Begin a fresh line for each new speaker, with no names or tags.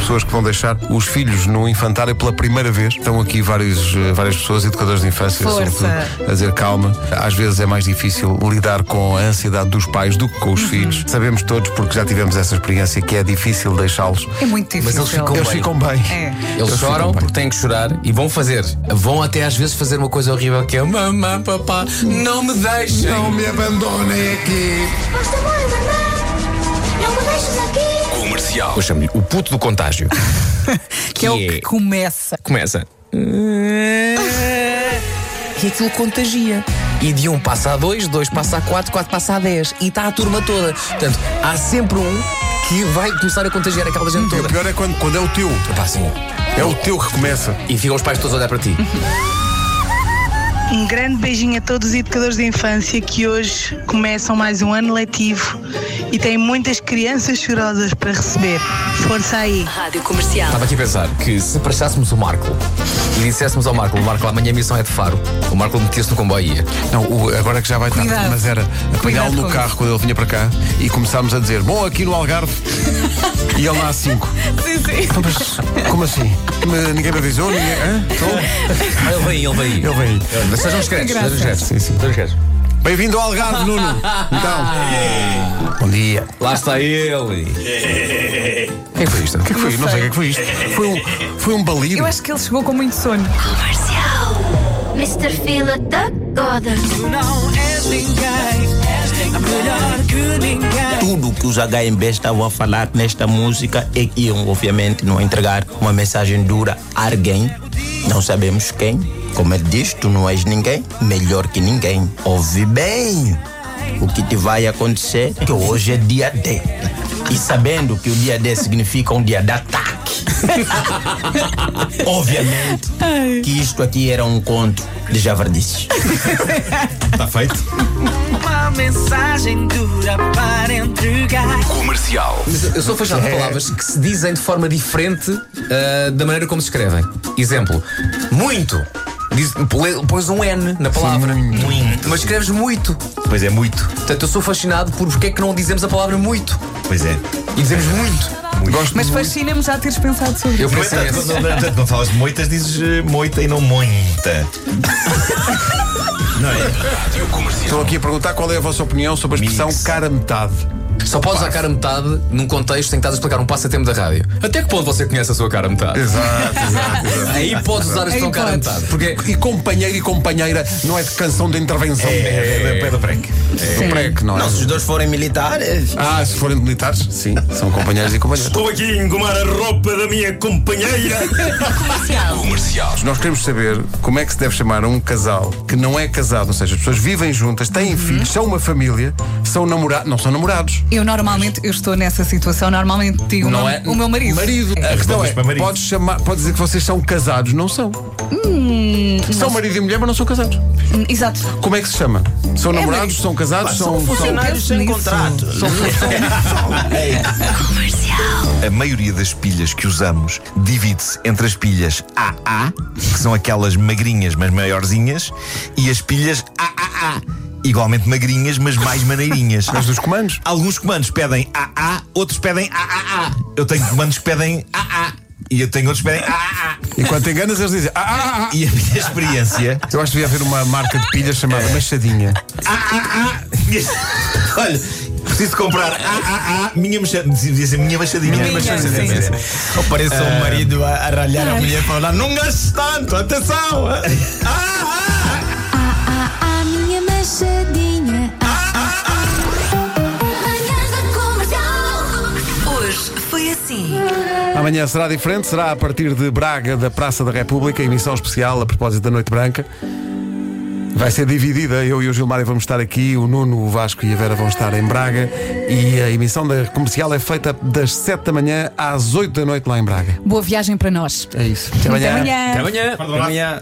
pessoas que vão deixar os filhos no infantário pela primeira vez. Estão aqui vários, eh, várias pessoas, educadores de infância,
Força.
sobretudo, a dizer calma. Às vezes é mais difícil lidar com a ansiedade dos pais do que com
Uhum.
os filhos. Sabemos todos, porque já tivemos essa experiência, que é difícil deixá-los.
É muito difícil.
Mas eles ficam-
Eles
bem.
ficam bem.
É.
Eles
Eles ficam
choram
bem.
porque têm que chorar e vão fazer. Vão até às vezes fazer uma coisa horrível que é mamã, papá, não me deixem.
Não me abandonem aqui.
Mas tá bom, mamãe. Não me deixes aqui.
Comercial. Eu chamo-lhe o puto do contágio.
Que é o que
é-
começa.
Começa. E aquilo contagia. E de um passa a dois, dois passa a quatro, quatro passa a dez. E está a turma toda. Portanto, há sempre um que vai começar a contagiar aquela gente
O
toda.
pior é quando, quando é o teu.
Pá, assim.
É o teu que começa.
E ficam os pais todos a olhar para ti.
Um grande beijinho a todos os educadores de infância que hoje começam mais um ano letivo e têm muitas crianças chorosas para receber. Força aí!
Rádio Comercial.
Estava aqui a pensar que se prestássemos o Marco e dissessemos ao Marco, o Marco amanhã a missão é de Faro, o Marco metia-se no comboio e ia.
Não, o- agora é que já vai tarde,
Cuidado.
mas era apanhá-lo
Cuidado
no
com
carro
isso.
quando ele vinha para cá e começámos a dizer: Bom, aqui no Algarve. e ele lá a 5.
Sim, sim.
Mas como assim? Mas ninguém me avisou? Ninguém. Hã? Então,
Ah, ele vem, ele vem.
ele vem.
Mas sejam discretos,
graça.
sejam discretos.
Sim, sim.
Sejam discretos.
Bem-vindo ao Algarve, Nuno. Então. Bom dia.
Lá está ele.
O que é que foi isto? O que é que foi? Não sei o que é que foi isto. Foi um, foi um balido.
Eu acho que ele chegou com muito sono.
Comercial. Mr. Fila da Goda.
Tudo que os HMB estavam a falar nesta música é que iam, obviamente, não entregar uma mensagem dura a alguém. Não sabemos quem. Como ele diz, tu não és ninguém, melhor que ninguém. Ouve bem o que te vai acontecer, que hoje é dia D. E sabendo que o dia D significa um dia de ataque. Obviamente que isto aqui era um conto de javardices.
Está feito.
Uma mensagem dura para entregar.
Mas eu sou fechado de palavras que se dizem de forma diferente ah, da maneira como se escrevem. Exemplo, muito. Diz, pô- pões um N na palavra. muito. Mas escreves muito.
Pois é, muito.
Portanto, eu sou fascinado por porque é que não dizemos a palavra muito.
Pois é.
E dizemos muito.
Gosto
Mas
muito.
fascina-me já teres pensado sobre
Eu
isso.
penso
Portanto,
nisso.
quando, portanto, quando falas de moitas, dizes eh, moita e não moita. Não é?
Estou aqui a perguntar qual é a vossa opinião sobre a expressão
Mix.
cara metade.
Só podes usar a cara a metade num contexto em que estás a explicar um passatempo da rádio. Até que ponto você conhece a sua cara a metade?
Exato, exato, exato.
Aí podes usar a expressão
Aí
cara a
podes.
metade. Porque
E companheiro e companheira não é de canção de intervenção.
É, é do prec.
Do prego, não é?
Não, se os dois forem militares.
Ah, se forem militares, sim, são companheiros e companheiras.
Estou aqui a engomar a roupa da minha companheira.
Nós queremos saber como é que se deve chamar a um casal que não é casado, ou seja, as pessoas vivem juntas,
Uhum.
têm filhos, são uma família, são namorados, não são namorados.
Eu normalmente, eu estou nessa situação, normalmente digo
Não
o,
é-
meu, o meu marido.
Marido.
É.
A questão
Voltas
é,
para marido.
podes, chamar, podes dizer que vocês são casados, não são.
Hum,
são marido e mulher, mas não são casados.
Exato.
Como é que se chama? São namorados, são casados, são, são-
Funcionários sem contrato.
A maioria das pilhas que usamos divide-se entre as pilhas AA, que são aquelas magrinhas, mas maiorzinhas, e as pilhas AAA, igualmente magrinhas, mas mais maneirinhas.
Mas dos comandos.
Alguns comandos pedem AA, outros pedem AAA. Eu tenho comandos que pedem AA. E eu tenho outros que pedem AAA.
E quando te enganas, eles dizem. "Ah, ah, ah, ah."
E a minha experiência.
Eu acho que devia haver uma marca de pilhas chamada Machadinha.
Ah, Olha, preciso comprar AAA. Minha mecha- devia ser minha machadinha. Ah.
Minha, sim.
Eu pareço um marido a, a ralhar a mulher e falar: não gastes tanto, atenção! Ah, ah,
A minha machadinha. Manhãs da Comercial.
Hoje foi assim.
Amanhã será diferente, será a partir de Braga, da Praça da República, emissão especial a propósito da Noite Branca. Vai ser dividida, eu e o Gilmário vamos estar aqui, o Nuno, o Vasco e a Vera vão estar em Braga e a emissão da comercial é feita das 7 da manhã às 8 da noite lá em Braga.
Boa viagem para nós.
É isso.
Até amanhã.
até amanhã.
ah. Amanhã